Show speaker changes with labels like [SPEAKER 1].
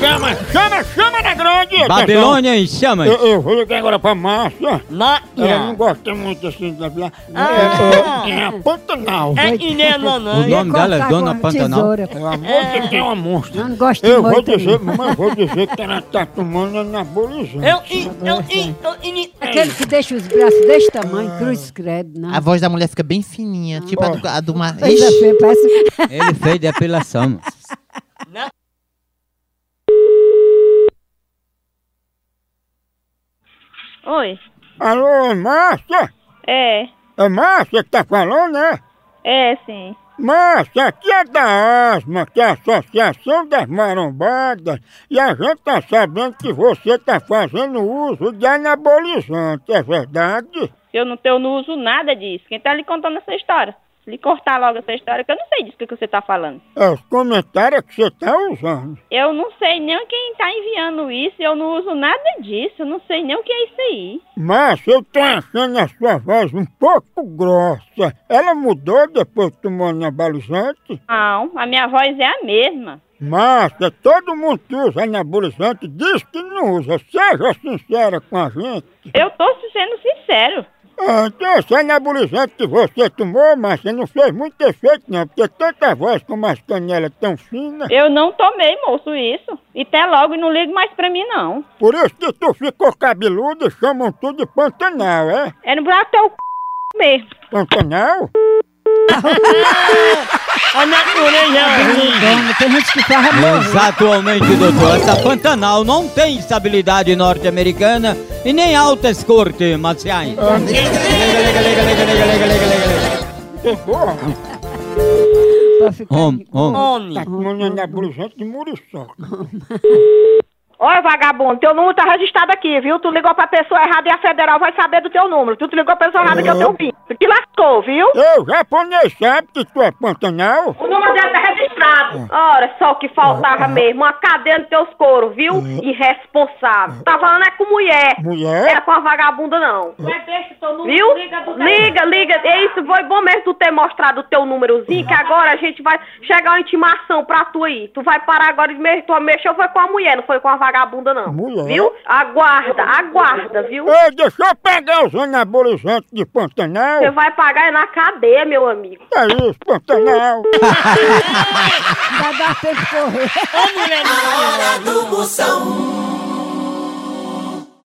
[SPEAKER 1] Chama, chama, chama na grande!
[SPEAKER 2] Babilônia em chamas.
[SPEAKER 1] Eu, eu vou ligar agora pra Márcia.
[SPEAKER 3] Ma...
[SPEAKER 1] Eu não
[SPEAKER 3] Não.
[SPEAKER 1] gosto muito assim de blá.
[SPEAKER 3] Ah.
[SPEAKER 1] É, é, é a Pantanal.
[SPEAKER 3] É Inema,
[SPEAKER 2] O
[SPEAKER 3] não.
[SPEAKER 2] nome dela é
[SPEAKER 4] cortar
[SPEAKER 2] Dona
[SPEAKER 4] com a
[SPEAKER 2] Pantanal.
[SPEAKER 4] tesoura.
[SPEAKER 1] Ela monstro que é uma monstra.
[SPEAKER 3] Ah,
[SPEAKER 4] Não gosto
[SPEAKER 1] Eu
[SPEAKER 4] muito
[SPEAKER 1] vou dizer,
[SPEAKER 4] não.
[SPEAKER 1] mas eu vou dizer que ela tá tomando anabolizante.
[SPEAKER 3] Eu, i- eu, i- eu, ini-
[SPEAKER 4] Aquele que deixa os braços desse tamanho, cruz credo, não.
[SPEAKER 2] Ah,
[SPEAKER 5] A voz da mulher fica bem fininha, tipo a do, a do Mar.
[SPEAKER 4] Coisa
[SPEAKER 5] Ixi.
[SPEAKER 4] feia, parece...
[SPEAKER 2] Ele fez depilação. mano.
[SPEAKER 6] Oi.
[SPEAKER 1] Alô, Márcia?
[SPEAKER 6] É,
[SPEAKER 1] É Márcia que tá falando, né?
[SPEAKER 6] é sim.
[SPEAKER 1] Márcia, aqui é da ASMA, que é a Associação das Marombadas, e a gente tá sabendo que você tá fazendo uso de anabolizante, é verdade?
[SPEAKER 6] Eu não, eu não uso nada disso. Quem tá lhe contando essa história? Se lhe cortar logo essa história, que eu não sei disso que que você tá falando.
[SPEAKER 1] É os comentários que você tá usando.
[SPEAKER 6] Eu não sei nem quem tá enviando isso, eu não uso nada disso, eu não sei nem o que é isso aí.
[SPEAKER 1] Márcia, eu tô achando a sua voz um pouco grossa. Ela mudou depois que tomou anabolizante?
[SPEAKER 6] Não, a minha voz é a mesma.
[SPEAKER 1] Márcia, todo mundo que usa anabolizante diz que não usa. Seja sincera com a gente.
[SPEAKER 6] Eu tô sendo sincero.
[SPEAKER 1] Ah, então esse anabolizante que você tomou, Márcia, não fez muito efeito não, porque tanta voz com as canelas tão finas,
[SPEAKER 6] Eu não tomei, moço, isso. E até logo, e não ligo mais pra mim, não.
[SPEAKER 1] por isso que tu ficou cabeludo e chamam tu de Pantanal, é?
[SPEAKER 6] É no buraco teu c... mesmo.
[SPEAKER 1] Pantanal?
[SPEAKER 3] a natureza.
[SPEAKER 4] Não, Então, tem gente que né? fala
[SPEAKER 2] Mas atualmente, doutor, essa Pantanal não tem estabilidade norte-americana e nem altas cortes marciais.
[SPEAKER 1] Que porra,
[SPEAKER 4] pra ficar...
[SPEAKER 2] Homem, homem.
[SPEAKER 1] tá
[SPEAKER 3] Homem.
[SPEAKER 1] tomando anabolizante de muriçoca.
[SPEAKER 7] Olha, vagabundo, teu número tá registrado aqui, viu? Tu ligou pra pessoa errada e a federal vai saber do teu número. Tu ligou pra pessoa errada que é o teu PIN. Tu Te lascou, viu?
[SPEAKER 1] Eu, japonês, sabe que tu é Pantanal?
[SPEAKER 7] O número dela tá registrado. Ora, é. só o que faltava mesmo. Uma cadeia nos teus coros, viu? Irresponsável. Tá falando é com mulher.
[SPEAKER 1] Mulher?
[SPEAKER 7] Era com a vagabunda, não. Viu? Liga, liga. É isso, foi bom mesmo tu ter mostrado o teu númerozinho, que agora a gente vai chegar uma intimação pra tu aí. Tu vai parar agora de mexer. Tu mexeu foi com a mulher, não foi com a vagabunda, não.
[SPEAKER 1] Mulher.
[SPEAKER 7] Viu? Aguarda, aguarda, viu?
[SPEAKER 1] Ei, deixa eu pegar os anabolizantes de
[SPEAKER 7] Você
[SPEAKER 1] Pantanal.
[SPEAKER 7] vai pagar é na cadeia, meu amigo.
[SPEAKER 1] É isso, Pantanal.
[SPEAKER 4] Vai dar tempo de correr.
[SPEAKER 3] Ô, mulher.
[SPEAKER 8] Hora do Moção.